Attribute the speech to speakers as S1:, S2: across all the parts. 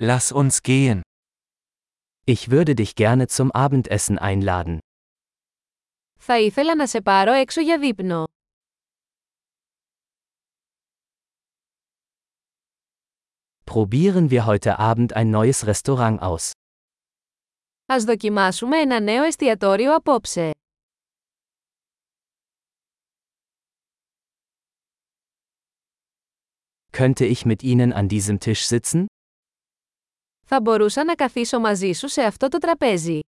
S1: Lass uns gehen.
S2: Ich würde dich gerne zum Abendessen einladen.
S3: Θα ήθελα να σε πάρω έξω για δείπνο.
S2: Probieren wir heute Abend ein neues Restaurant aus.
S3: Ας δοκιμάσουμε ένα νέο εστιατόριο απόψε.
S2: Könnte ich mit Ihnen an diesem Tisch sitzen?
S3: Θα μπορούσα να καθίσω μαζί σου σε αυτό το τραπέζι.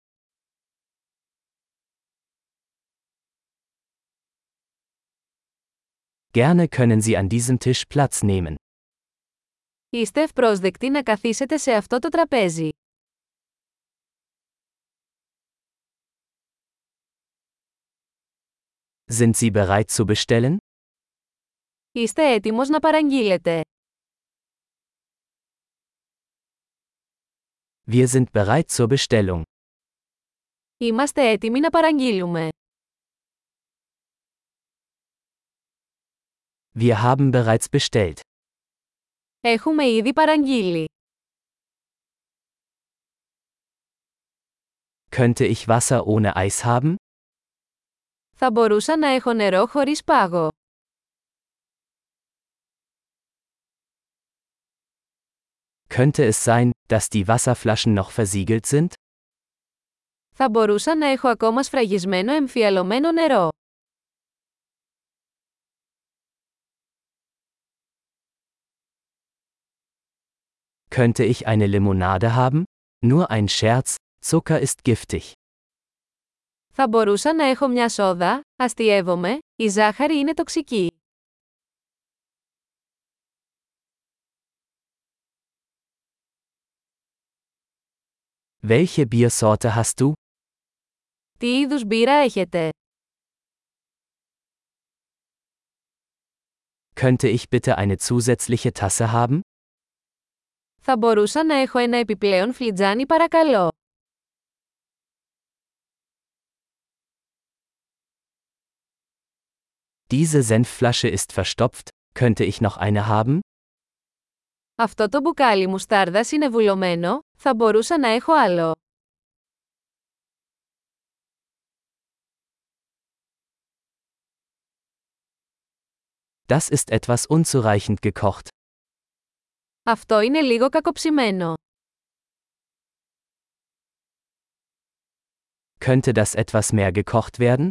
S2: Gerne können Sie an diesem Tisch Platz nehmen.
S3: Είστε ευπρόσδεκτοι να καθίσετε σε αυτό το τραπέζι.
S2: Sind Sie bereit zu bestellen?
S3: Είστε έτοιμος να παραγγείλετε.
S2: Wir sind bereit zur Bestellung.
S3: Είμαστε έτοιμοι να παραγγείλουμε.
S2: Wir haben bereits bestellt.
S3: Έχουμε ήδη παραγγείλει.
S2: Könnte ich Wasser ohne Eis haben?
S3: Θα μπορούσα να έχω νερό χωρίς πάγο.
S2: Könnte es sein, dass die Wasserflaschen noch versiegelt sind?
S3: Θα μπορούσα να έχω ακόμα σφραγισμένο εμφιαλωμένο νερό.
S2: Könnte ich eine Limonade haben? Nur ein Scherz, Zucker ist giftig.
S3: Θα μπορούσα να έχω μια σόδα, αστειεύομαι, η ζάχαρη είναι τοξική.
S2: Welche Biersorte hast du?
S3: Τι είδους μπύρα έχετε.
S2: Könnte ich bitte eine zusätzliche Tasse haben?
S3: Θα μπορούσα να έχω ένα επιπλέον φλιτζάνι παρακαλώ.
S2: Diese Senfflasche ist verstopft, könnte ich noch eine haben?
S3: Αυτό το μπουκάλι μουστάρδας είναι βουλωμένο, θα μπορούσα να έχω άλλο.
S2: Das ist etwas unzureichend gekocht.
S3: Αυτό είναι λίγο κακοψημένο.
S2: Könnte das etwas mehr gekocht werden?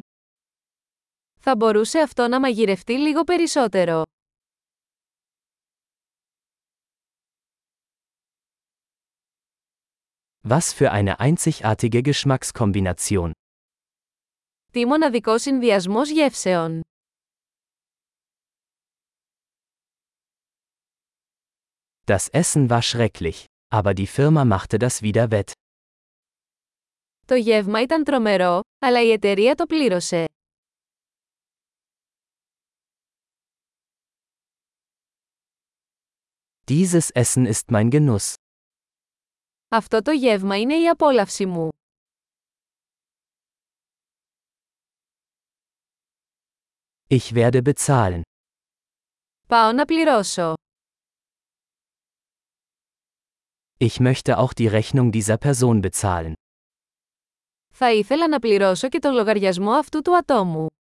S3: Θα μπορούσε αυτό να μαγειρευτεί λίγο περισσότερο.
S2: Was für eine einzigartige Geschmackskombination.
S3: Τι μοναδικό συνδυασμός γεύσεων.
S2: Das Essen war schrecklich, aber die Firma machte das wieder wett.
S3: Το γεύμα ήταν τρομερό, αλλά η εταιρεία το πλήρωσε.
S2: Dieses Essen ist mein Genuss.
S3: Αυτό το γεύμα είναι η απόλαυση μου.
S2: Ich werde bezahlen.
S3: Πάω να πληρώσω.
S2: Ich möchte auch die Rechnung dieser Person bezahlen.
S3: Θα ήθελα να πληρώσω και τον λογαριασμό αυτού του ατόμου.